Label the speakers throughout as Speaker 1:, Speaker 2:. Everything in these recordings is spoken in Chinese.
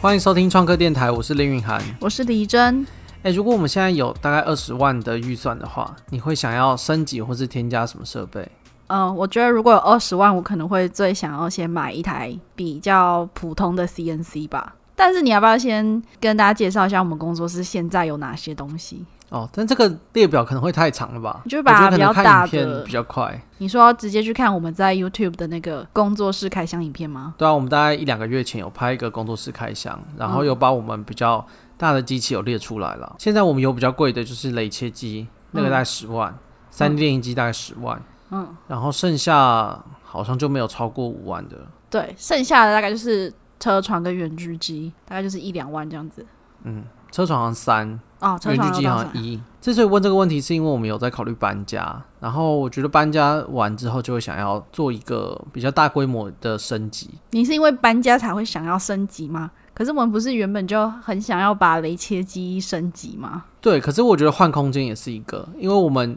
Speaker 1: 欢迎收听创客电台，我是林允涵。
Speaker 2: 我是李真，
Speaker 1: 哎，如果我们现在有大概二十万的预算的话，你会想要升级或是添加什么设备？
Speaker 2: 嗯，我觉得如果有二十万，我可能会最想要先买一台比较普通的 CNC 吧。但是你要不要先跟大家介绍一下我们工作室现在有哪些东西？
Speaker 1: 哦，但这个列表可能会太长了吧？
Speaker 2: 你就
Speaker 1: 我
Speaker 2: 把
Speaker 1: 觉得可
Speaker 2: 比较
Speaker 1: 能看
Speaker 2: 大
Speaker 1: 影片
Speaker 2: 的
Speaker 1: 比较快。
Speaker 2: 你说要直接去看我们在 YouTube 的那个工作室开箱影片吗？
Speaker 1: 对啊，我们大概一两个月前有拍一个工作室开箱，然
Speaker 2: 嗯
Speaker 1: 后有把我们比较大的机器有列出来了。现在我们有比较贵的，就是雷切机，那
Speaker 2: 嗯
Speaker 1: 个大概十万；三 D 打印机大概十万。嗯，然后剩下好像就没有超过五万的。
Speaker 2: 对，剩下的大概就是车床跟远距机，大概就是一两万这样子。
Speaker 1: 嗯车床好像三，
Speaker 2: 哦，车
Speaker 1: 远距
Speaker 2: 床
Speaker 1: 机
Speaker 2: 要
Speaker 1: 好
Speaker 2: 多
Speaker 1: 像
Speaker 2: 少？
Speaker 1: 一。之所以问这个问题，是因为我们有在考虑搬家，然后我觉得搬家完之后就会想要做一个比较大规模的升级。
Speaker 2: 你是因为搬家才会想要升级吗？可是我们不是原本就很想要把雷切机升级吗？
Speaker 1: 对，可是我觉得换空间也是一个，因为我们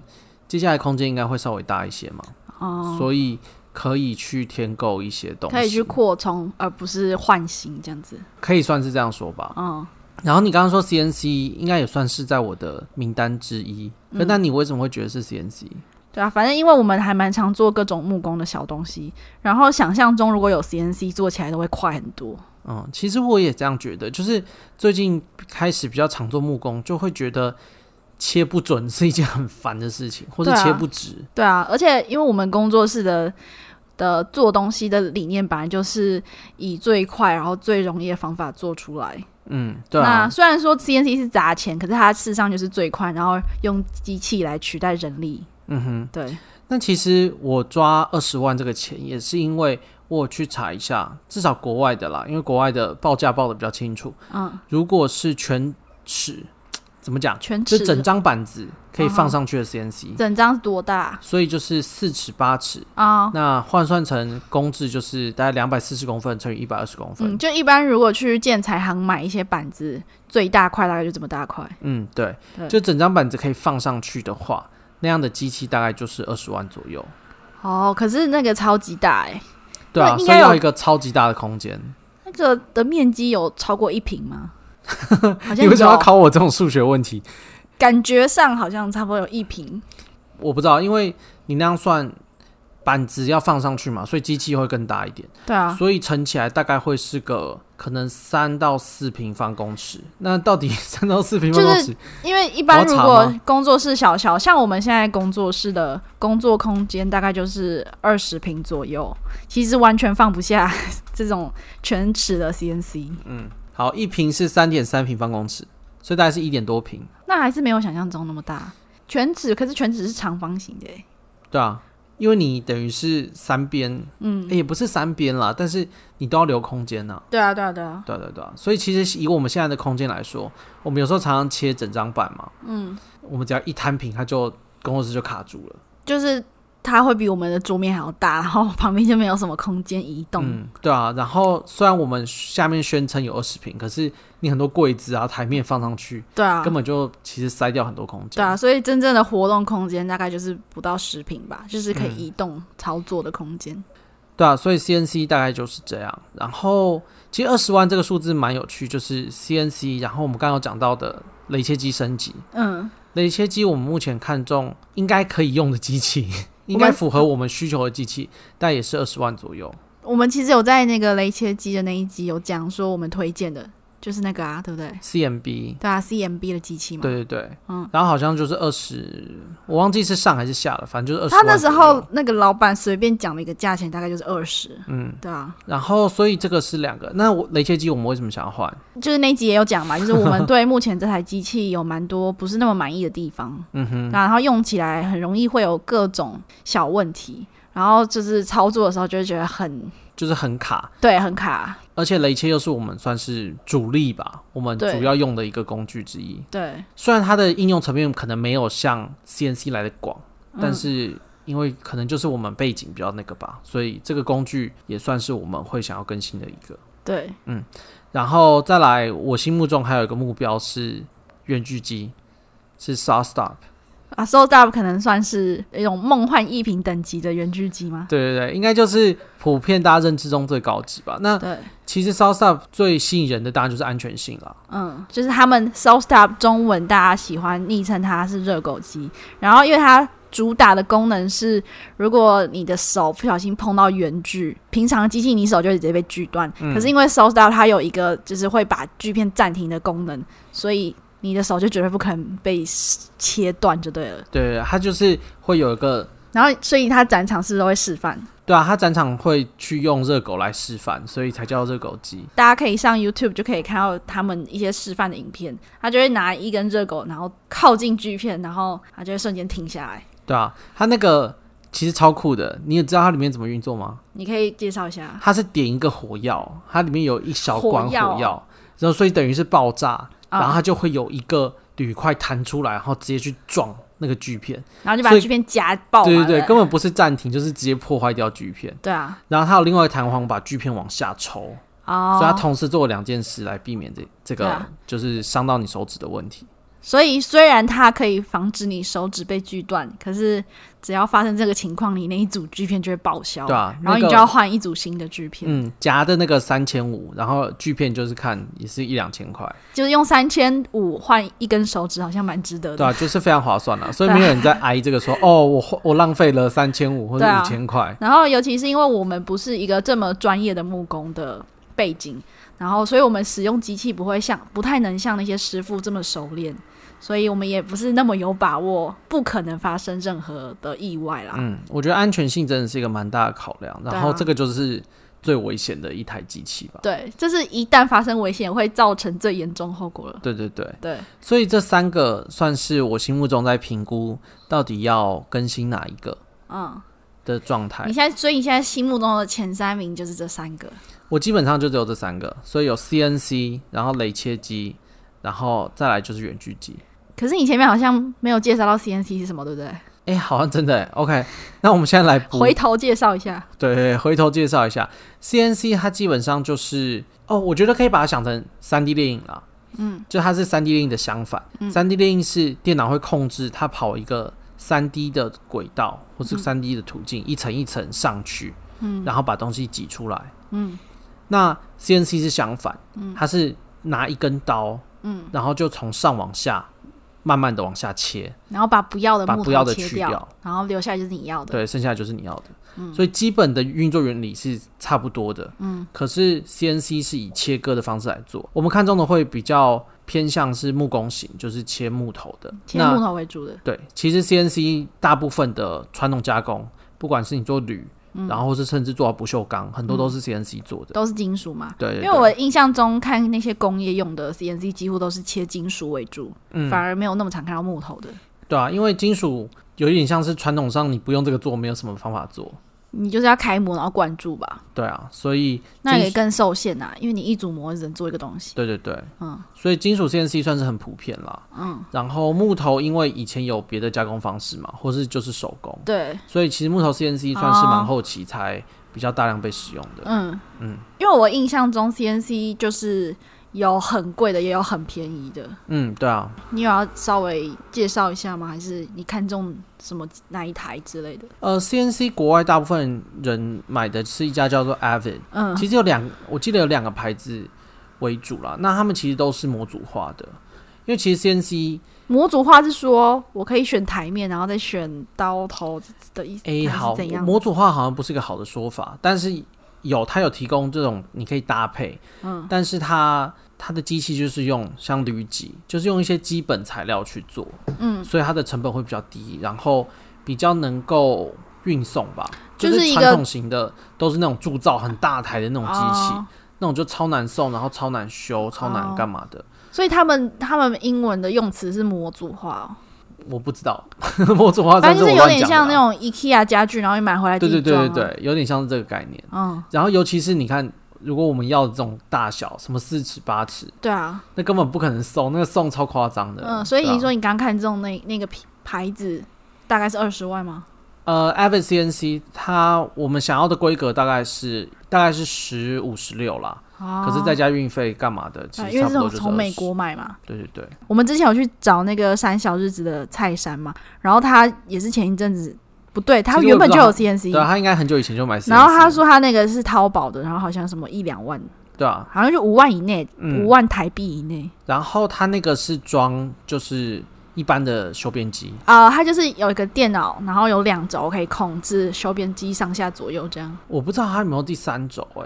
Speaker 1: 接下来空间应该会稍微大一些嘛，哦，所以可以去添购一些东西，
Speaker 2: 可以去扩充，而不是换新这样子。
Speaker 1: 可以算是这样说吧。
Speaker 2: 嗯，
Speaker 1: 然后你刚刚说 CNC 应该也算是在我的名单之一，可那你为什么会觉得是 CNC？、
Speaker 2: 对啊，反正因为我们还蛮常做各种木工的小东西，然后想象中如果有 CNC 做起来都会快很多。
Speaker 1: 嗯，其实我也这样觉得，就是最近开始比较常做木工，就会觉得切不准是一件很烦的事情，或是
Speaker 2: 对啊
Speaker 1: 切不直。
Speaker 2: 对啊，而且因为我们工作室的的做东西的理念本来就是以最快然后最容易的方法做出来。
Speaker 1: 嗯，对
Speaker 2: 那
Speaker 1: 啊，
Speaker 2: 虽然说 CNC 是砸钱，可是它事实上就是最快，然后用机器来取代人力。
Speaker 1: 嗯哼。
Speaker 2: 对，
Speaker 1: 那其实我抓二十万这个钱，也是因为我有去查一下，至少国外的啦，因为国外的报价报的比较清楚。
Speaker 2: 嗯，
Speaker 1: 如果是全尺，怎么讲？
Speaker 2: 全
Speaker 1: 就
Speaker 2: 尺
Speaker 1: 整张板子可以放
Speaker 2: 嗯哼
Speaker 1: 上去的 CNC，、
Speaker 2: 整张多大
Speaker 1: 所以就是四尺八尺，
Speaker 2: 啊？
Speaker 1: 那换算成公制就是大概两百四十公分乘以一百二十公分。
Speaker 2: 嗯，就一般如果去建材行买一些板子，最大块大概就这么大块。
Speaker 1: 嗯，对，
Speaker 2: 对
Speaker 1: 就整张板子可以放上去的话，那样的机器大概就是二十万左右。
Speaker 2: 哦，可是那个超级大哎、
Speaker 1: 对啊，
Speaker 2: 那应
Speaker 1: 所
Speaker 2: 该
Speaker 1: 以
Speaker 2: 有
Speaker 1: 要一个超级大的空间。
Speaker 2: 那个的面积有超过一平 吗？好像
Speaker 1: 你为什么要
Speaker 2: 有，
Speaker 1: 考我这种数学问题？
Speaker 2: 感觉上好像差不多有一平。
Speaker 1: 我不知道，因为你那样算板子要放上去嘛，所以机器会更大一点，
Speaker 2: 对啊，
Speaker 1: 所以乘起来大概会是个可能三到四平方公尺。那到底 三到四平方公尺？
Speaker 2: 因为一般
Speaker 1: 我要
Speaker 2: 如
Speaker 1: 查
Speaker 2: 果
Speaker 1: 吗
Speaker 2: 工作室小小，像我们现在工作室的工作空间大概就是二十平左右，其实完全放不下 这种全尺的 CNC，
Speaker 1: 好，一平是三点三平方公尺，所以大概是一点多平。
Speaker 2: 那还是没有想象中那么大。全尺可是全尺是长方形的、欸，
Speaker 1: 对啊，因为你等于是三边，嗯、也不是三边啦，但是你都要留空间呐、
Speaker 2: 对啊，对啊，对啊。
Speaker 1: 对啊对啊对啊，所以其实以我们现在的空间来说，我们有时候常常切整张板嘛，嗯，我们只要一摊平，它就工作室就卡住了。
Speaker 2: 就是它会比我们的桌面还要大，然后旁边就没有什么空间移动。
Speaker 1: 嗯，对啊。然后虽然我们下面宣称有二十平，可是你很多柜子啊、台面放上去，
Speaker 2: 对啊，
Speaker 1: 根本就其实塞掉很多空间。
Speaker 2: 对啊，所以真正的活动空间大概就是不到十平吧，就是可以移动操作的空间。
Speaker 1: 对啊，所以 CNC 大概就是这样。然后其实二十万这个数字蛮有趣，就是 CNC，然后我们刚刚有讲到的雷切机升级，
Speaker 2: 嗯，
Speaker 1: 雷切机我们目前看中应该可以用的机器， 应该符合我们需求的机器，但也是二十万左右。
Speaker 2: 我们其实有在那个雷切机的那一集有讲说，我们推荐的就是那个啊，对不对？
Speaker 1: CMB，
Speaker 2: 对啊，CMB 的机器嘛。
Speaker 1: 对对对，嗯，然后好像就是二十，我忘记是上还是下了，反正就是二十。
Speaker 2: 他那时候那个老板随便讲了一个价钱，大概就是二十。嗯，对啊，
Speaker 1: 然后，所以这个是两个。那我雷切机我们为什么想要换？
Speaker 2: 就是那一集也有讲嘛，就是我 们对目前这台机器有蛮多不是那么满意的地方，嗯哼，然后用起来很容易会有各种小问题，然后就是操作的时候就会觉得很
Speaker 1: 就是很卡，
Speaker 2: 对很卡，
Speaker 1: 而且雷切又是我们算是主力吧，我们
Speaker 2: 对
Speaker 1: 主要用的一个工具之一。
Speaker 2: 对
Speaker 1: 虽然它的应用层面可能没有像 CNC 来的广，但是因为可能就是我们背景比较那个吧，所以这个工具也算是我们会想要更新的一个。
Speaker 2: 对，
Speaker 1: 然后再来，我心目中还有一个目标是远距机，是 s a r Stop。
Speaker 2: 啊，Sold Up 可能算是一种梦幻一品等级的圆锯机吗？
Speaker 1: 对对对，应该就是普遍大家认知中最高级吧。那
Speaker 2: 对，
Speaker 1: 其实 South Up 最吸引人的当然就是安全性了。
Speaker 2: 嗯，就是他们 Sold Up 中文大家喜欢昵称它是热狗机，然后因为它主打的功能是，如果你的手不小心碰到圆锯，平常机器你手就会直接被锯断，可是因为 Sold Up 它有一个就是会把锯片暂停的功能，所以你的手就绝对不可能被切断就对了。
Speaker 1: 对对对，它就是会有一个，
Speaker 2: 然后所以它展场是不是都会示范？
Speaker 1: 对啊，它展场会去用热狗来示范，所以才叫热狗机。
Speaker 2: 大家可以上 YouTube 就可以看到他们一些示范的影片，他就会拿一根热狗，然后靠近锯片，然后他就会瞬间停下来。
Speaker 1: 对啊，它那个其实超酷的，你也知道它里面怎么运作吗？
Speaker 2: 你可以介绍一下，
Speaker 1: 它是点一个火药，它里面有一小管火
Speaker 2: 火
Speaker 1: 药
Speaker 2: 药，
Speaker 1: 然后所以等于是爆炸，
Speaker 2: 啊
Speaker 1: 然后它就会有一个铝块弹出来，然后直接去撞那个锯片。
Speaker 2: 然后就把
Speaker 1: 所以
Speaker 2: 锯片夹爆嘛。
Speaker 1: 对对
Speaker 2: 对
Speaker 1: 对，
Speaker 2: 不对，
Speaker 1: 根本不是暂停，就是直接破坏掉锯片。
Speaker 2: 对啊，
Speaker 1: 然后它有另外一个弹簧把锯片往下抽，
Speaker 2: 哦，
Speaker 1: 所以它同时做了两件事来避免这这
Speaker 2: 对
Speaker 1: 个
Speaker 2: 啊
Speaker 1: 就是伤到你手指的问题。
Speaker 2: 所以虽然它可以防止你手指被锯断，可是只要发生这个情况，你那一组锯片就会报销。
Speaker 1: 对啊
Speaker 2: 哦然后你
Speaker 1: 那个
Speaker 2: 就要换一组新的锯片，
Speaker 1: 嗯，夹的那个三千五，然后锯片就是看也是一两千块，
Speaker 2: 就是用三千五换一根手指，好像蛮值得
Speaker 1: 对
Speaker 2: 的。啊
Speaker 1: 啊，就是非常划算了。所以没有人在挨这个说哦，我花我浪费了三千五或者
Speaker 2: 对啊
Speaker 1: 五千块。
Speaker 2: 然后，尤其是因为我们不是一个这么专业的木工的背景，然后，所以我们使用机器不会像不太能像那些师傅这么熟练，所以我们也不是那么有把握，不可能发生任何的意外啦。
Speaker 1: 嗯，我觉得安全性真的是一个蛮大的考量，
Speaker 2: 对
Speaker 1: 然
Speaker 2: 啊
Speaker 1: 后这个就是最危险的一台机器吧。
Speaker 2: 对，就是一旦发生危险，会造成最严重后果了。
Speaker 1: 对对对，
Speaker 2: 对，
Speaker 1: 所以这三个算是我心目中在评估到底要更新哪一个
Speaker 2: 嗯，
Speaker 1: 的状态
Speaker 2: 你。现在，所以你现在心目中的前三名就是这三个。
Speaker 1: 我基本上就只有这三个，所以有 CNC，然后雷切机，然后再来就是远距机。
Speaker 2: 可是你前面好像没有介绍到 CNC 是什么，对不对？
Speaker 1: 哎、好像真的哎 OK。那我们现在来补
Speaker 2: 回头介绍一下。
Speaker 1: 对，回头介绍一下 CNC，它基本上就是哦，我觉得可以把它想成三 D 列印啦。嗯，就它是三 D 列印的相反。三、D 列印是电脑会控制它跑一个三 D 的轨道或是三 D 的途径，一层一层上去，嗯，然后把东西挤出来。嗯，那 CNC 是相反，嗯，它是拿一根刀，嗯，然后就从上往下慢慢的往下切，
Speaker 2: 然后把不要的
Speaker 1: 把
Speaker 2: 木
Speaker 1: 不要
Speaker 2: 头
Speaker 1: 的
Speaker 2: 切
Speaker 1: 去
Speaker 2: 掉，
Speaker 1: 掉
Speaker 2: 然后留下来就是你要的。嗯
Speaker 1: 对，剩下就是你要的。所以基本的运作原理是差不多的。嗯，可是 CNC 是以切割的方式来做，我们看中的会比较偏向是木工型，就是切木头的。
Speaker 2: 切木
Speaker 1: 那
Speaker 2: 头为主的。
Speaker 1: 对，其实 CNC 大部分的传统加工，不管是你做铝，
Speaker 2: 嗯
Speaker 1: 然后或是甚至做到不锈钢，很多都是 CNC 做的。
Speaker 2: 都是金属嘛。
Speaker 1: 对，对
Speaker 2: 嗯因为我印象中看那些工业用的 CNC 几乎都是切金属为主，反而没有那么常看到木头的。
Speaker 1: 嗯对啊，因为金属有一点像是传统上你不用这个做，没有什么方法做。
Speaker 2: 你就是要开模然后灌注吧，
Speaker 1: 对啊，所以
Speaker 2: 那
Speaker 1: 金
Speaker 2: 也更受限呐、因为你一组模只能做一个东西。
Speaker 1: 对对对，
Speaker 2: 嗯，
Speaker 1: 所以金属 CNC 算是很普遍啦。嗯，然后木头因为以前有别的加工方式嘛，或是就是手工，
Speaker 2: 对，
Speaker 1: 所以其实木头 CNC 算是蛮
Speaker 2: 哦
Speaker 1: 后期才比较大量被使用的。
Speaker 2: 嗯嗯，因为我印象中 CNC 就是有很贵的，也有很便宜的。
Speaker 1: 嗯，对啊，
Speaker 2: 你有要稍微介绍一下吗？还是你看中什么哪一台之类的？
Speaker 1: 呃，CNC 国外大部分人买的是一家叫做 Avid，
Speaker 2: 嗯
Speaker 1: 其实有两，我记得有两个牌子为主啦。那他们其实都是模组化的，因为其实 CNC
Speaker 2: 模组化是说我可以选台面，然后再选刀头的意思，
Speaker 1: 诶，
Speaker 2: 还是
Speaker 1: 哎好
Speaker 2: 怎，样？
Speaker 1: 模组化好像不是一个好的说法，但是有它有提供这种你可以搭配，嗯，但是它它的机器就是用像铝脊，就是用一些基本材料去做，嗯，所以它的成本会比较低，然后比较能够运送吧，
Speaker 2: 就是是一个
Speaker 1: 传统型的都是那种铸造很大台的那种机器，
Speaker 2: 哦
Speaker 1: 那种就超难送，然后超难修，超难干嘛的。
Speaker 2: 所以他们他们英文的用词是模组化哦，
Speaker 1: 我不知道， 模组化
Speaker 2: 反
Speaker 1: 真的
Speaker 2: 正就
Speaker 1: 我
Speaker 2: 是有
Speaker 1: 乱
Speaker 2: 点
Speaker 1: 讲
Speaker 2: 像
Speaker 1: 的
Speaker 2: 那
Speaker 1: 啊
Speaker 2: 种 IKEA 家具，然后你买回来自
Speaker 1: 对对
Speaker 2: 己
Speaker 1: 对
Speaker 2: 装、
Speaker 1: 对
Speaker 2: 啊。
Speaker 1: 对，有点像是这个概念。
Speaker 2: 嗯，
Speaker 1: 然后尤其是你看，如果我们要这种大小，什么四尺八尺，
Speaker 2: 对啊，
Speaker 1: 那根本不可能送，那个送超夸张的。
Speaker 2: 嗯，所以
Speaker 1: 对啊
Speaker 2: 你说你刚看中那那个品牌子大概是二十万吗？
Speaker 1: 呃 a v i CNC 它我们想要的规格大概是大概是十五十六啦，
Speaker 2: 哦
Speaker 1: 可是再加运费干嘛的，其
Speaker 2: 对
Speaker 1: 实
Speaker 2: 因为
Speaker 1: 差不多
Speaker 2: 是从
Speaker 1: 就是
Speaker 2: 从美
Speaker 1: 20
Speaker 2: 国买嘛，
Speaker 1: 对对对，
Speaker 2: 我们之前有去找那个山小日子的蔡山嘛，然后他也是前一阵子不对，他
Speaker 1: 其实
Speaker 2: 原
Speaker 1: 我也
Speaker 2: 本
Speaker 1: 不
Speaker 2: 就
Speaker 1: 知道
Speaker 2: 有 CNC，
Speaker 1: 对啊，他应该很久以前就买 CNC 了。
Speaker 2: 然后他说他那个是淘宝的，然后好像什么一两万，
Speaker 1: 对啊，
Speaker 2: 好像就五万以内，
Speaker 1: 嗯
Speaker 2: 五万台币以内
Speaker 1: 然后他那个是装就是一般的修边机，
Speaker 2: 啊、他就是有一个电脑，然后有两轴可以控制修边机上下左右这样，
Speaker 1: 我不知道他有没有第三轴哎、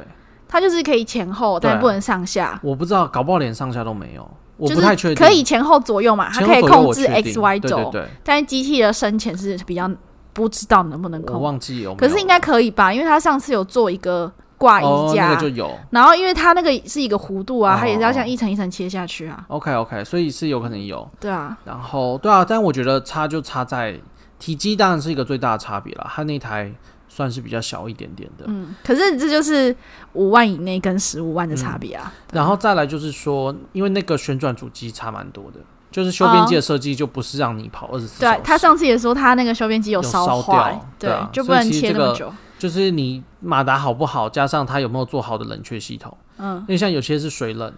Speaker 2: 他就是可以前后，
Speaker 1: 对啊
Speaker 2: 但不能上下。
Speaker 1: 我不知道，搞不好连上下都没有，我
Speaker 2: 就
Speaker 1: 不太确
Speaker 2: 是
Speaker 1: 定。
Speaker 2: 可以前后左右嘛，它
Speaker 1: 前
Speaker 2: 可以
Speaker 1: 后左右
Speaker 2: 控
Speaker 1: 我
Speaker 2: 制
Speaker 1: 确定
Speaker 2: x y 轴，
Speaker 1: 对对
Speaker 2: 但是机器的深浅是比较不知道能不能
Speaker 1: 对，我
Speaker 2: 控。
Speaker 1: 忘记有没有
Speaker 2: 可是应该可以吧，因为他上次有做一个挂
Speaker 1: 哦
Speaker 2: 衣架，
Speaker 1: 那个就有。
Speaker 2: 然后因为它那个是一个弧度啊，它也是要这样
Speaker 1: 哦
Speaker 2: 一层一层切下去啊，
Speaker 1: OK OK，所以是有可能有。
Speaker 2: 对啊，
Speaker 1: 然后对啊，但我觉得差就差在体积，当然是一个最大的差别啦。它那台算是比较小一点点的，
Speaker 2: 嗯，可是这就是五万以内跟十五万的
Speaker 1: 嗯
Speaker 2: 差别啊。
Speaker 1: 然后再来就是说，因为那个旋转主机差蛮多的，就是修边机的设计就不是让你跑二十四
Speaker 2: 对
Speaker 1: 小
Speaker 2: 啊
Speaker 1: 时，，
Speaker 2: 他上次也说他那个修边机有
Speaker 1: 有烧
Speaker 2: 坏，
Speaker 1: 掉
Speaker 2: 对，
Speaker 1: 对啊
Speaker 2: 就不能
Speaker 1: 所以其实
Speaker 2: 切那
Speaker 1: 这
Speaker 2: 么
Speaker 1: 个
Speaker 2: 久。
Speaker 1: 就是你马达好不好，加上它有没有做好的冷却系统。
Speaker 2: 嗯，
Speaker 1: 因为像有些是水冷，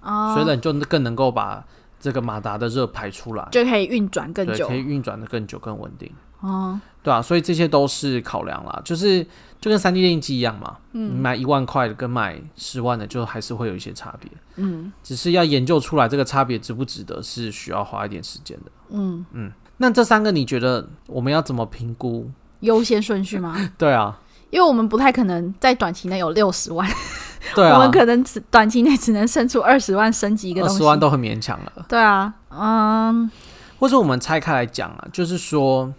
Speaker 2: 哦，
Speaker 1: 水冷就更能够把这个马达的热排出来，
Speaker 2: 就可以运转更
Speaker 1: 对，
Speaker 2: 久
Speaker 1: 可以。运转的更久、更稳定。
Speaker 2: 哦，
Speaker 1: 对啊，所以这些都是考量啦，就是就跟三 D 打印机一样嘛，
Speaker 2: 嗯
Speaker 1: 你买一万块的跟买十万的，就还是会有一些差别，
Speaker 2: 嗯
Speaker 1: 只是要研究出来这个差别值不值得，是需要花一点时间的。
Speaker 2: 嗯，
Speaker 1: 那这三个你觉得我们要怎么评估？
Speaker 2: 优先顺序吗？
Speaker 1: 对啊，
Speaker 2: 因为我们不太可能在短期内有六十万，
Speaker 1: 对
Speaker 2: 我
Speaker 1: 啊
Speaker 2: 们，可能只短期内只能生出二十万升级一个
Speaker 1: 二
Speaker 2: 东西。
Speaker 1: 十万都很勉强了，
Speaker 2: 对啊，嗯，
Speaker 1: 或者我们拆开来讲啊，就是说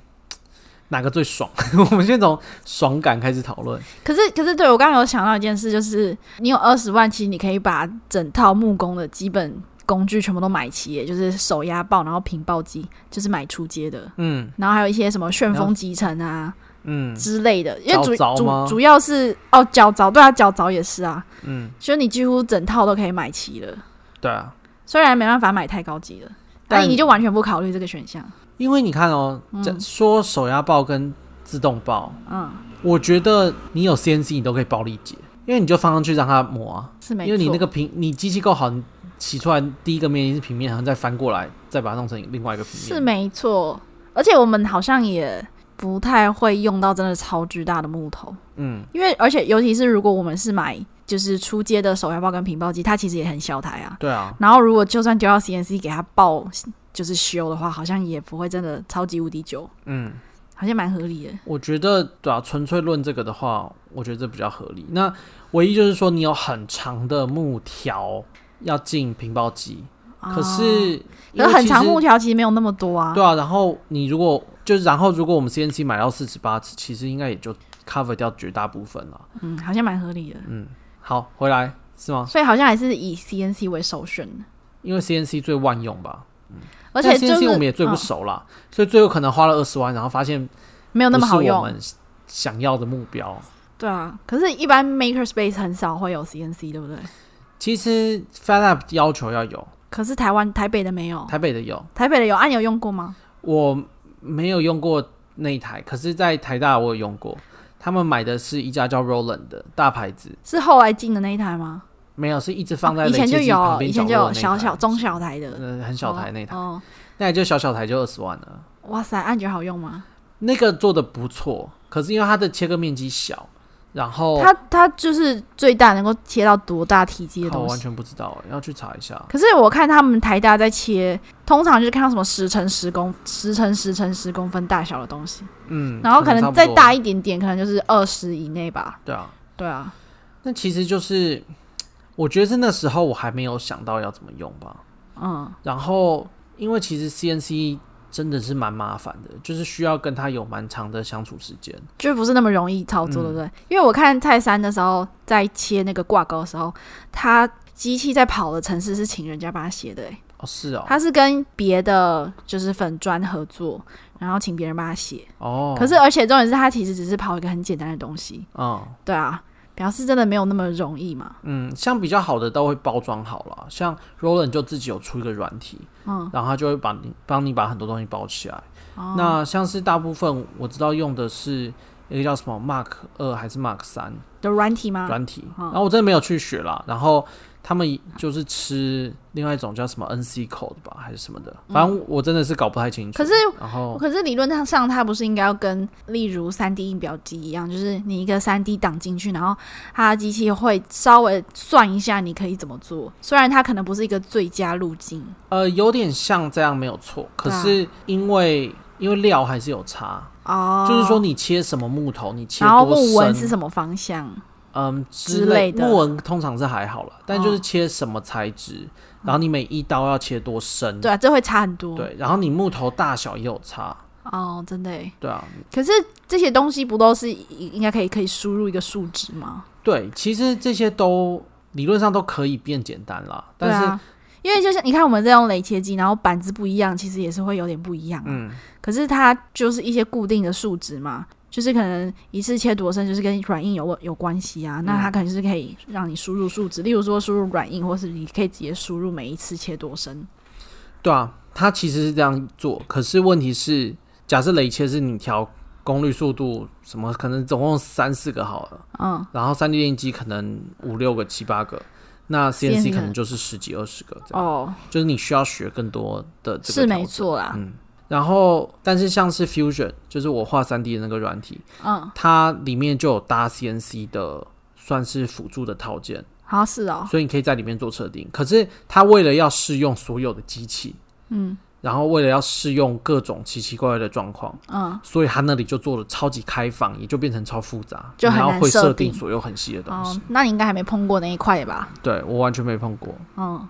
Speaker 1: 哪个最爽？ 我们先从爽感开始讨论。
Speaker 2: 可是，可是，对我刚刚有想到一件事，就是你有二十万，其实你可以把整套木工的基本工具全部都买齐耶，就是手压爆，然后平爆机，就是买出街的，
Speaker 1: 嗯
Speaker 2: 然后还有一些什么旋风集成啊
Speaker 1: 嗯
Speaker 2: 之类的，因为主
Speaker 1: 绞凿吗
Speaker 2: 主主要是哦脚凿，对啊，脚凿也是啊，
Speaker 1: 嗯，
Speaker 2: 所以你几乎整套都可以买齐了，
Speaker 1: 对啊，
Speaker 2: 虽然没办法买太高级的，但
Speaker 1: 但
Speaker 2: 你就完全不考虑这个选项，
Speaker 1: 因为你看哦，这说手压爆跟自动爆，
Speaker 2: 嗯，
Speaker 1: 我觉得你有 CNC 你都可以暴力解，因为你就放上去让它磨啊，
Speaker 2: 是没错，
Speaker 1: 因为你那个平，你机器够好，你洗出来第一个面一定是平面，然后再翻过来，再把它弄成另外一个平面。
Speaker 2: 是没错，而且我们好像也不太会用到真的超巨大的木头。
Speaker 1: 嗯，
Speaker 2: 因为而且尤其是如果我们是买就是出街的手摇包跟平包机，它其实也很小台啊。
Speaker 1: 对啊，
Speaker 2: 然后如果就算丢到 CNC 给它爆就是修的话，好像也不会真的超级无敌久，
Speaker 1: 嗯，
Speaker 2: 好像蛮合理的。
Speaker 1: 我觉得对啊，纯粹论这个的话，我觉得这比较合理。那唯一就是说，你有很长的木条要进平包机，可是因为
Speaker 2: 可是哦很
Speaker 1: 其
Speaker 2: 长
Speaker 1: 实
Speaker 2: 木条其实没有那么多啊。
Speaker 1: 对啊，然后你如果就是然后如果我们 CNC 买到四十八尺，其实应该也就 cover 掉绝大部分了。
Speaker 2: 嗯，好像蛮合理的。
Speaker 1: 好，回来是吗？
Speaker 2: 所以好像还是以 CNC 为首选的，
Speaker 1: 因为 CNC 最万用吧，
Speaker 2: 而且就
Speaker 1: CNC
Speaker 2: 是
Speaker 1: 我们也最不
Speaker 2: 嗯
Speaker 1: 熟啦，所以最有可能花了二十万，然后发现
Speaker 2: 没有那么好
Speaker 1: 不是我
Speaker 2: 用。
Speaker 1: 们想要的目标。
Speaker 2: 对啊，可是一般 Maker Space 很少会有 CNC，对不对？
Speaker 1: 其实 FedUp 要求要有，
Speaker 2: 可是台湾台北的没有，
Speaker 1: 台北的有，
Speaker 2: 台北的有，啊，你有用过吗？
Speaker 1: 我没有用过那一台，可是在台大我有用过，他们买的是一家叫 Roland 的大牌子，
Speaker 2: 是后来进的那一台吗？
Speaker 1: 没有是一直放在
Speaker 2: 哦以前
Speaker 1: 雷
Speaker 2: 就
Speaker 1: 切机旁
Speaker 2: 有，以
Speaker 1: 边
Speaker 2: 前就
Speaker 1: 角落
Speaker 2: 有
Speaker 1: 的那
Speaker 2: 小
Speaker 1: 一台
Speaker 2: 小中小台的，
Speaker 1: 呃，很小台那台，
Speaker 2: 哦。
Speaker 1: 那台就小小台就二十万了。
Speaker 2: 哦哇塞，按觉好用吗？
Speaker 1: 那个做的不错，可是因为它的切割面积小，然后
Speaker 2: 它它就是最大能够切到多大体积的
Speaker 1: 靠我
Speaker 2: 东
Speaker 1: 完
Speaker 2: 西。
Speaker 1: 全不知道，要去查一下。
Speaker 2: 可是我看他们台大在切，通常就是看到什么十乘十公十乘十乘十公分大小的东西，
Speaker 1: 嗯，
Speaker 2: 然后可
Speaker 1: 差
Speaker 2: 能
Speaker 1: 不
Speaker 2: 再
Speaker 1: 多
Speaker 2: 大一点点，可能就是二十以内吧。
Speaker 1: 对啊，
Speaker 2: 对啊，
Speaker 1: 那其实就是，我觉得是那时候我还没有想到要怎么用吧。
Speaker 2: 嗯，
Speaker 1: 然后因为其实 CNC 真的是蛮麻烦的，就是需要跟它有蛮长的相处时间。
Speaker 2: 就不是那么容易操
Speaker 1: 嗯
Speaker 2: 作，对不对？因为我看泰山的时候，在切那个挂钩的时候，它机器在跑的城市是请人家帮他写的、欸。
Speaker 1: 哦，是哦，
Speaker 2: 他是跟别的就是粉砖合作，然后请别人帮他写。
Speaker 1: 哦，
Speaker 2: 可是，而且重点是他其实只是跑一个很简单的东西，
Speaker 1: 嗯
Speaker 2: 对啊，表示真的没有那么容易嘛。
Speaker 1: 嗯，像比较好的都会包装好了，像 Roland 就自己有出一个软体，
Speaker 2: 嗯，
Speaker 1: 然后它就会把你帮你把很多东西包起来。
Speaker 2: 哦，
Speaker 1: 那像是大部分我知道用的是一个叫什么 Mark 二还是 Mark 三
Speaker 2: 的软体吗？
Speaker 1: 软体，
Speaker 2: 嗯
Speaker 1: 然后我真的没有去学啦。然后他们就是吃另外一种叫什么 NC 口的吧，还是什么的，反正我真的是搞不太清楚。
Speaker 2: 嗯可是
Speaker 1: 然后
Speaker 2: 可是理论上上，它不是应该要跟例如三 D 印表机一样，就是你一个三 D 档进去，然后它的机器会稍微算一下你可以怎么做。虽然它可能不是一个最佳路径，
Speaker 1: 呃，有点像这样没有错，可
Speaker 2: 对啊
Speaker 1: 是因为、因为料还是有差，
Speaker 2: 哦，
Speaker 1: 就是说你切什么木头，你切
Speaker 2: 然后
Speaker 1: 多
Speaker 2: 木纹是
Speaker 1: 深，
Speaker 2: 什么方向？
Speaker 1: 嗯
Speaker 2: 之
Speaker 1: 之
Speaker 2: 类
Speaker 1: 类
Speaker 2: 的
Speaker 1: 木纹通常是还好了，但就是
Speaker 2: 哦嗯
Speaker 1: 切什么材质，然后你每一刀要切多深，
Speaker 2: 对啊，这会差很多。
Speaker 1: 对，然后你木头大小也有差，
Speaker 2: 哦，真的耶。
Speaker 1: 对啊，
Speaker 2: 可是这些东西不都是应该可以可以输入一个数值吗？
Speaker 1: 对，其实这些都理论上都可以变简单啦，
Speaker 2: 对
Speaker 1: 但是、
Speaker 2: 啊，因为就像你看我们这种垒切机，然后板子不一样，其实也是会有点不一样、嗯，可是它就是一些固定的数值嘛，就是可能一次切多深，就是跟软硬有有关系
Speaker 1: 嗯
Speaker 2: 啊。那它可能就是可以让你输入数值，例如说输入软硬，或是你可以直接输入每一次切多深。
Speaker 1: 对啊，它其实是这样做，可是问题是，假设雷切是你调功率、速度什么，可能总共三四个好了，
Speaker 2: 嗯，
Speaker 1: 然后三 D 打印机可能五六个、七八个。那
Speaker 2: CNC
Speaker 1: CNC 可能就是十几二十个这样，
Speaker 2: 哦，
Speaker 1: 就是你需要学更多的啊这个
Speaker 2: 是
Speaker 1: 调整。嗯
Speaker 2: 没错啦。
Speaker 1: 然后，但是像是 Fusion，就是我画三 D 的那个软体，
Speaker 2: 嗯，
Speaker 1: 它里面就有搭 CNC 的算是辅助的套件，
Speaker 2: 好像是哦，
Speaker 1: 所以你可以在里面做测定。可是它为了要适用所有的机器，
Speaker 2: 嗯
Speaker 1: 然后为了要适用各种奇奇怪怪的状况，
Speaker 2: 嗯，
Speaker 1: 所以它那里就做的超级开放，也就变成超复杂，
Speaker 2: 就很
Speaker 1: 然
Speaker 2: 难
Speaker 1: 后会
Speaker 2: 设
Speaker 1: 设
Speaker 2: 定
Speaker 1: 定左右很细的东西。
Speaker 2: 哦，那你应该还没碰过那一块吧？
Speaker 1: 对我完全没碰过，
Speaker 2: 哦嗯，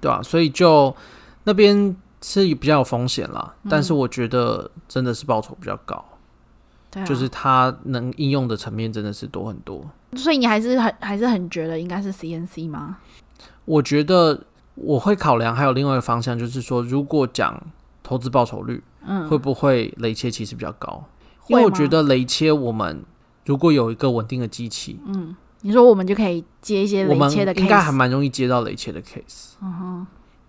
Speaker 1: 对吧、所以就那边是比较有风险啦，
Speaker 2: 嗯
Speaker 1: 但是我觉得真的是报酬比较高，
Speaker 2: 对啊，
Speaker 1: 就是它能应用的层面真的是多很多。
Speaker 2: 所以你还是很还是很觉得应该是 CNC 吗？
Speaker 1: 我觉得我会考量还有另外一个方向，就是说，如果讲投资报酬率，
Speaker 2: 嗯，
Speaker 1: 会不会雷切其实比较高？因
Speaker 2: 会
Speaker 1: 为我
Speaker 2: 吗
Speaker 1: 觉得雷切我们如果有一个稳定的机器，
Speaker 2: 你说我们就可以接一些
Speaker 1: 我
Speaker 2: 雷
Speaker 1: 们
Speaker 2: 切的
Speaker 1: 应该还
Speaker 2: case，
Speaker 1: 蛮容易接到雷切的 case。嗯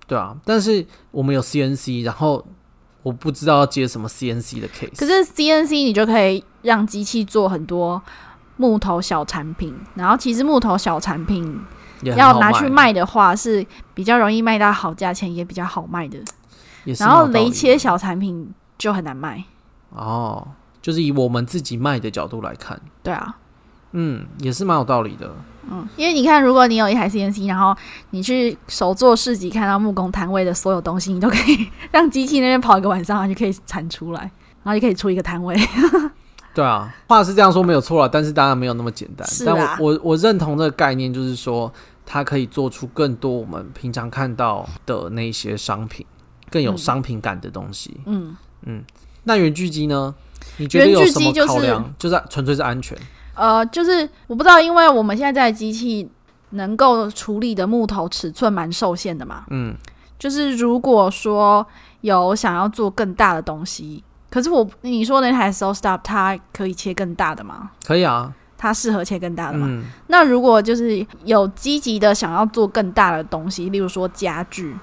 Speaker 1: 对啊，但是我们有 CNC，然后我不知道要接什么 CNC 的 case。
Speaker 2: 可是 CNC 你就可以让机器做很多木头小产品，然后其实木头小产品
Speaker 1: 也很
Speaker 2: 要
Speaker 1: 好
Speaker 2: 拿去，卖的话是比较容易卖到好价钱，也比较好卖的。
Speaker 1: 也是
Speaker 2: 然后
Speaker 1: 蛮有道理
Speaker 2: 雷
Speaker 1: 的
Speaker 2: 切小产品就很难卖，
Speaker 1: 哦，就是以我们自己卖的角度来看，
Speaker 2: 对啊，
Speaker 1: 嗯，也是蛮有道理的。
Speaker 2: 嗯，因为你看，如果你有一台 CNC，然后你去手做市集看到木工摊位的所有东西，你都可以 让机器那边跑一个晚上，然后就可以产出来，然后就可以出一个摊位。
Speaker 1: 对啊，话是这样说没有错了，但是当然没有那么简单。
Speaker 2: 是
Speaker 1: 但
Speaker 2: 啊
Speaker 1: 我我我认同这个概念，就是说它可以做出更多我们平常看到的那些商品，更有
Speaker 2: 嗯
Speaker 1: 商品感的东西。
Speaker 2: 嗯，
Speaker 1: 那原巨机呢？你觉得有什么考量？就是纯粹是安全。
Speaker 2: 呃，就是我不知道，因为我们现在在机器能够处理的木头尺寸蛮受限的嘛。
Speaker 1: 嗯，
Speaker 2: 就是如果说有想要做更大的东西，可是我你说那台 So Stop 它可以切更大的吗？
Speaker 1: 可以啊。
Speaker 2: 它适合切更大的吗？
Speaker 1: 嗯，
Speaker 2: 那如果就是有积极的想要做更大的东西，例如说家具，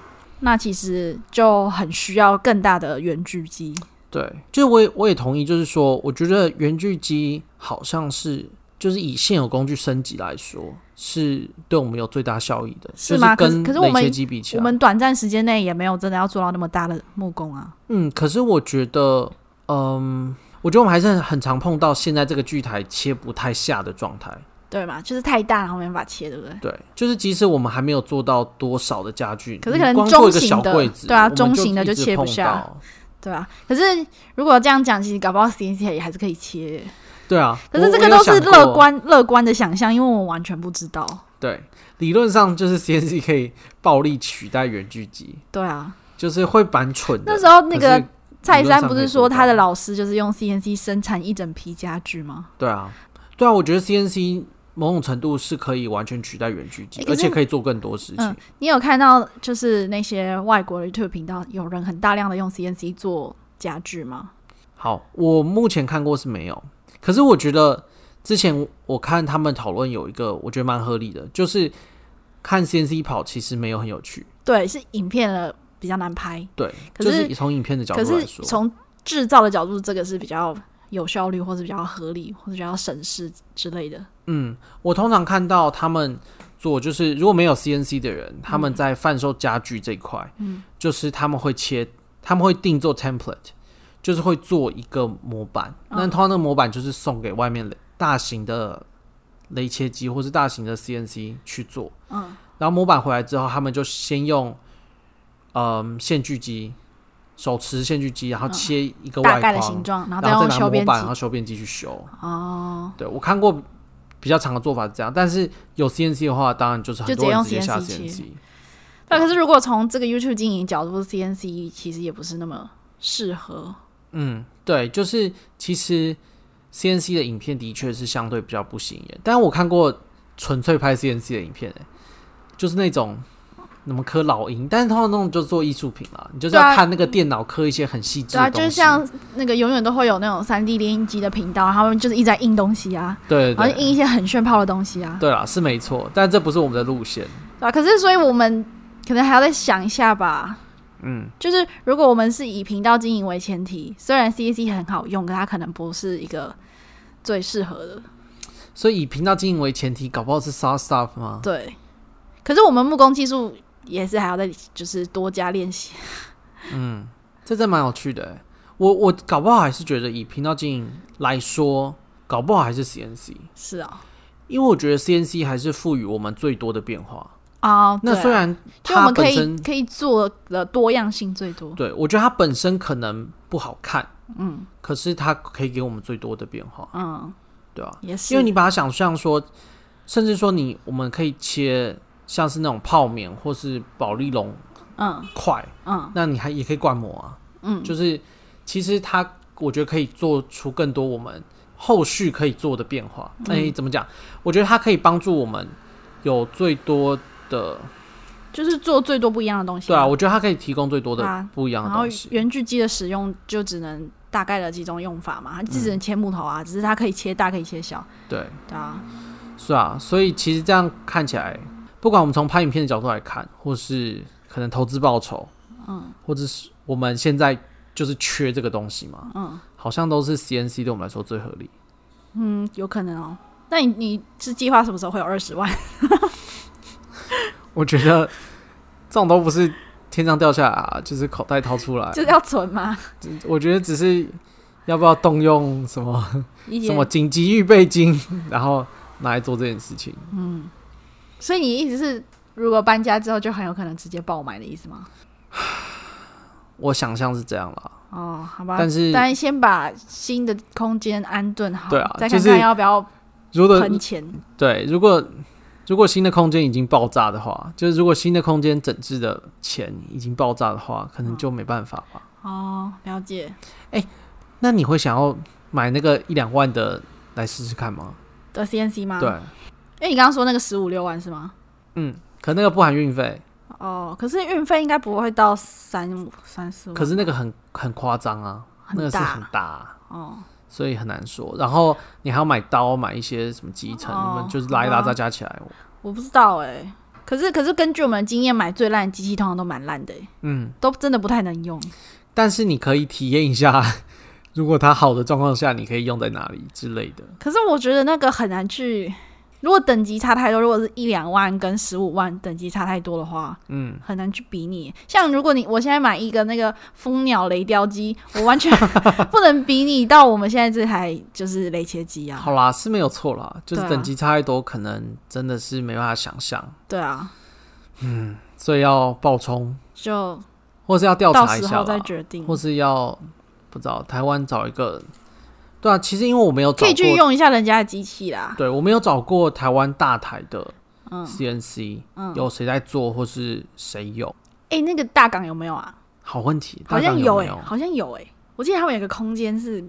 Speaker 2: 那其实就很需要更大的圆锯机。
Speaker 1: 对，就是我也我也同意，就是说，我觉得原巨机好像是就是以现有工具升级来说，是对我们有最大效益的，
Speaker 2: 是吗
Speaker 1: 就是跟
Speaker 2: 可是可是我们
Speaker 1: 雷切机比起
Speaker 2: 我
Speaker 1: 来，
Speaker 2: 们短暂时间内也没有真的要做到那么大的木工啊。
Speaker 1: 嗯，可是我觉得，嗯，我觉得我们还是很很常碰到现在这个锯台切不太下的状态。
Speaker 2: 对嘛，就是太大，然后没办法切，对不对？
Speaker 1: 对，就是即使我们还没有做到多少的家具，
Speaker 2: 可是
Speaker 1: 你
Speaker 2: 可能
Speaker 1: 光做一个
Speaker 2: 中型
Speaker 1: 小
Speaker 2: 的
Speaker 1: 柜子，
Speaker 2: 对啊
Speaker 1: 我们
Speaker 2: 中型的
Speaker 1: 一
Speaker 2: 就
Speaker 1: 直
Speaker 2: 切不
Speaker 1: 碰
Speaker 2: 下
Speaker 1: 到。
Speaker 2: 对啊，可是如果这样讲，其实搞不好 CNC 也还是可以切。
Speaker 1: 对啊，
Speaker 2: 可是
Speaker 1: 我
Speaker 2: 这
Speaker 1: 我
Speaker 2: 个
Speaker 1: 有
Speaker 2: 都是
Speaker 1: 想
Speaker 2: 乐
Speaker 1: 过。
Speaker 2: 观乐观的想象，因为我们完全不知道。
Speaker 1: 对，理论上就是 CNC 可以暴力取代原锯机，
Speaker 2: 对啊，
Speaker 1: 就是会蛮蠢的。
Speaker 2: 那时候那
Speaker 1: 啊可
Speaker 2: 个
Speaker 1: 是
Speaker 2: 蔡
Speaker 1: 理论
Speaker 2: 山
Speaker 1: 上
Speaker 2: 不
Speaker 1: 可以
Speaker 2: 是
Speaker 1: 做
Speaker 2: 说他
Speaker 1: 到
Speaker 2: 的老师就是用 CNC 生产一整批家具吗？
Speaker 1: 对啊，对啊，我觉得 CNC 某种程度是可以完全取代原锯机，
Speaker 2: 哎诶可
Speaker 1: 而
Speaker 2: 是
Speaker 1: 且可以做更多事情。
Speaker 2: 嗯你有看到就是那些外国的 YouTube 频道有人很大量的用 CNC 做家具吗？
Speaker 1: 好，我目前看过是没有，可是我觉得之前我看他们讨论有一个，我觉得蛮合理的，就是看 CNC 跑其实没有很有趣，
Speaker 2: 对，是影片了比较难拍，
Speaker 1: 对，
Speaker 2: 可
Speaker 1: 就
Speaker 2: 是
Speaker 1: 是从影片的角
Speaker 2: 可
Speaker 1: 度来
Speaker 2: 是
Speaker 1: 说，
Speaker 2: 从制造的角度，这个是比较有效率，或者比较合理，或者比较省事之类的。
Speaker 1: 嗯，我通常看到他们做，就是如果没有 CNC 的人，他
Speaker 2: 嗯
Speaker 1: 们在贩售家具这一块，嗯，就是他们会切，他们会定做 template，就是会做一个模板。
Speaker 2: 哦
Speaker 1: 那通常那个模板就是送给外面的大型的雷切机或是大型的 CNC 去做。
Speaker 2: 嗯，
Speaker 1: 然后模板回来之后，他们就先用嗯线锯机。手持线锯机，然后切一个
Speaker 2: 嗯大
Speaker 1: 外
Speaker 2: 概
Speaker 1: 框，
Speaker 2: 的形状，然后再
Speaker 1: 然后
Speaker 2: 用
Speaker 1: 再拿
Speaker 2: 修
Speaker 1: 模
Speaker 2: 边机
Speaker 1: 板，然啊后修边机去修。
Speaker 2: 哦，
Speaker 1: 对我看过比较长的做法是这样，但是有 CNC 的话，当然就是很多人直接下
Speaker 2: 就直接用
Speaker 1: CNC。
Speaker 2: 那啊可是如果从这个 YouTube 经营角度，CNC 其实也不是那么适合。
Speaker 1: 嗯，对，就是其实 CNC 的影片的确是相对比较不吸引人，但我看过纯粹拍 CNC 的影片、欸，就是那种。那么刻老鹰，但是通常那种就做艺术品啦，你就是要
Speaker 2: 对啊
Speaker 1: 看那个电脑刻一些很细致
Speaker 2: 对
Speaker 1: 的
Speaker 2: 啊，
Speaker 1: 东西。
Speaker 2: 就是像那个永远都会有那种三 D 列印机的频道，他们就是一直在印东西啊，
Speaker 1: 对
Speaker 2: 然后
Speaker 1: 对
Speaker 2: 就印一些很炫炮的东西啊，
Speaker 1: 对啦，是没错，但这不是我们的路线。
Speaker 2: 对啊，可是所以我们可能还要再想一下吧。
Speaker 1: 嗯，
Speaker 2: 就是如果我们是以频道经营为前提，虽然 CNC 很好用，可它可能不是一个最适合的。
Speaker 1: 所以以频道经营为前提，搞不好是 s a r stuff 吗？
Speaker 2: 对，可是我们木工技术也是还要再就是多加练习。
Speaker 1: 这真蛮有趣的欸。我我搞不好还是觉得以频道经营来说，搞不好还是 CNC，
Speaker 2: 是啊，
Speaker 1: 因为我觉得 CNC 还是赋予我们最多的变化。
Speaker 2: 啊，
Speaker 1: 那
Speaker 2: 对啊
Speaker 1: 虽然
Speaker 2: 就我
Speaker 1: 它
Speaker 2: 们可
Speaker 1: 本
Speaker 2: 以
Speaker 1: 身
Speaker 2: 可以做的多样性最多。
Speaker 1: 对我觉得它本身可能不好看，嗯，可是它可以给我们最多的变化，
Speaker 2: 嗯，
Speaker 1: 对啊，
Speaker 2: 也是，
Speaker 1: 因为你把它想象说，甚至说你我们可以切像是那种泡棉或是保丽龙
Speaker 2: 嗯
Speaker 1: 块，
Speaker 2: 嗯，
Speaker 1: 那你还也可以灌模啊，
Speaker 2: 嗯
Speaker 1: 就是其实它我觉得可以做出更多我们后续可以做的变化。
Speaker 2: 嗯
Speaker 1: 哎、怎么讲？我觉得它可以帮助我们有最多的，
Speaker 2: 就是做最多不一样的东西。
Speaker 1: 对啊，我觉得它可以提供最多
Speaker 2: 对
Speaker 1: 的
Speaker 2: 啊
Speaker 1: 不一样的
Speaker 2: 然后
Speaker 1: 东西。
Speaker 2: 圆锯机的使用就只能大概的几种用法嘛，它只能切木头啊，只是它可以切大，可以切小，
Speaker 1: 对，
Speaker 2: 对啊，
Speaker 1: 是啊，所以其实这样看起来，不管我们从拍影片的角度来看，或是可能投资报酬，嗯，或者是我们现在就是缺这个东西嘛，
Speaker 2: 嗯
Speaker 1: 好像都是 CNC 对我们来说最合理。
Speaker 2: 嗯，有可能哦。那你你是计划什么时候会有二十 万？
Speaker 1: 我觉得这种都不是天上掉下来、啊， 就是口袋掏出来。
Speaker 2: 就是要存吗？
Speaker 1: 我觉得只是要不要动用什么
Speaker 2: 一些
Speaker 1: 什么紧急预备金，然后拿来做这件事情。
Speaker 2: 所以你意思是，如果搬家之后就很有可能直接爆买的意思吗？
Speaker 1: 我想象是这样啦，
Speaker 2: 哦，好吧，
Speaker 1: 但是
Speaker 2: 但先把新的空间安顿好，
Speaker 1: 对啊
Speaker 2: 再
Speaker 1: 就
Speaker 2: 看
Speaker 1: 是
Speaker 2: 看要不要
Speaker 1: 如果
Speaker 2: 喷钱。
Speaker 1: 对，如果如果新的空间已经爆炸的话，就是如果新的空间整治的钱已经爆炸的话，可能就没办法吧。
Speaker 2: 哦，了解。
Speaker 1: 那你会想要买那个一两万的来试试看吗？
Speaker 2: 的 CNC 吗？
Speaker 1: 对，，
Speaker 2: 因为你刚刚说那个十五六万是吗？
Speaker 1: 嗯，可那个不含运费，
Speaker 2: 哦，可是运费应该不会到三五三四万吧，
Speaker 1: 可是那个很很夸张啊，
Speaker 2: 很
Speaker 1: 那个是
Speaker 2: 大
Speaker 1: 很大啊、
Speaker 2: 哦，
Speaker 1: 所以很难说。然后你还要买刀，买一些什么集成，
Speaker 2: 哦
Speaker 1: 你们就是拉一拉
Speaker 2: 好吧
Speaker 1: 再加起来。
Speaker 2: 我不知道哎、可是可是根据我们的经验，买最烂的机器通常都蛮烂的、欸，
Speaker 1: 嗯，
Speaker 2: 都真的不太能用。
Speaker 1: 但是你可以体验一下， 如果它好的状况下，你可以用在哪里之类的。
Speaker 2: 可是我觉得那个很难去，如果等级差太多，如果是一两万跟十五万等级差太多的话，
Speaker 1: 嗯，
Speaker 2: 很难去比拟。像如果你我现在买一个那个蜂鸟雷雕机，我完全 不能比拟到我们现在这台就是雷切机啊。
Speaker 1: 好啦，是没有错啦，就是
Speaker 2: 对啊
Speaker 1: 等级差太多，可能真的是没办法想象，
Speaker 2: 对啊，
Speaker 1: 所以要爆冲，
Speaker 2: 就
Speaker 1: 或是要调
Speaker 2: 到
Speaker 1: 查一
Speaker 2: 时
Speaker 1: 下
Speaker 2: 候再
Speaker 1: 啦，
Speaker 2: 决定，
Speaker 1: 或是要不知道台湾找一个。对啊，其实因为我没有找
Speaker 2: 可以去
Speaker 1: 过，
Speaker 2: 用一下人家的机器啦。
Speaker 1: 对我没有找过台湾大台的
Speaker 2: 嗯，
Speaker 1: CNC，、有谁在做，或是谁有。
Speaker 2: 哎、那个大港有没有啊？
Speaker 1: 好问题，
Speaker 2: 好
Speaker 1: 大
Speaker 2: 像
Speaker 1: 港
Speaker 2: 有
Speaker 1: 有
Speaker 2: 哎、
Speaker 1: 没有
Speaker 2: 好像有哎、我记得他们有个空间是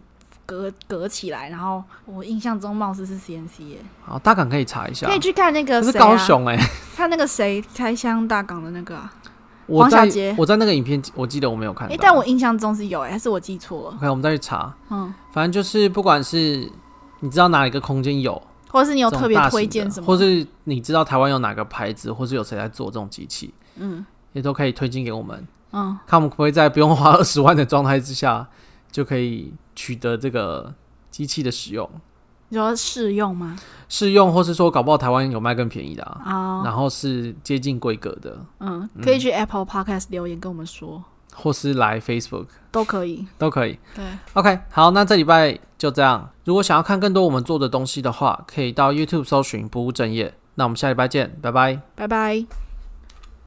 Speaker 2: 隔隔起来，然后我印象中貌似是 CNC 哎、
Speaker 1: 好，大港可以查一下
Speaker 2: 可以。去看那个
Speaker 1: 可是
Speaker 2: 谁、啊、
Speaker 1: 高雄哎、
Speaker 2: 看那个谁开箱大港的那个、啊，
Speaker 1: 我
Speaker 2: 黄小
Speaker 1: 在
Speaker 2: 杰
Speaker 1: 我在那个影片，我记得我没有看
Speaker 2: 哎、
Speaker 1: 到。
Speaker 2: 但我印象中是有哎、还是我记错了？
Speaker 1: OK，我们再去查。
Speaker 2: 嗯，
Speaker 1: 反正就是不管是你知道哪一个空间有，
Speaker 2: 或者是你有
Speaker 1: 这种
Speaker 2: 特别
Speaker 1: 大型
Speaker 2: 推
Speaker 1: 的
Speaker 2: 荐什么？
Speaker 1: 或是你知道台湾有哪个牌子，或是有谁在做这种机器，
Speaker 2: 嗯
Speaker 1: 也都可以推荐给我们，
Speaker 2: 嗯，
Speaker 1: 看我们可不可以在不用花二十万的状态之下，就可以取得这个机器的使用，
Speaker 2: 你说试用吗？
Speaker 1: 试用或是说搞不好台湾有卖更便宜的啊，
Speaker 2: 啊，
Speaker 1: 然后是接近规格的，
Speaker 2: 嗯，可以去 Apple Podcast 留言跟我们说，
Speaker 1: 或是来 Facebook
Speaker 2: 都可以。
Speaker 1: 都可以。
Speaker 2: 对，
Speaker 1: OK，好，那这礼拜就这样。如果想要看更多我们做的东西的话，可以到 YouTube 搜寻不务正业。那我们下礼拜见，拜拜。
Speaker 2: 拜拜。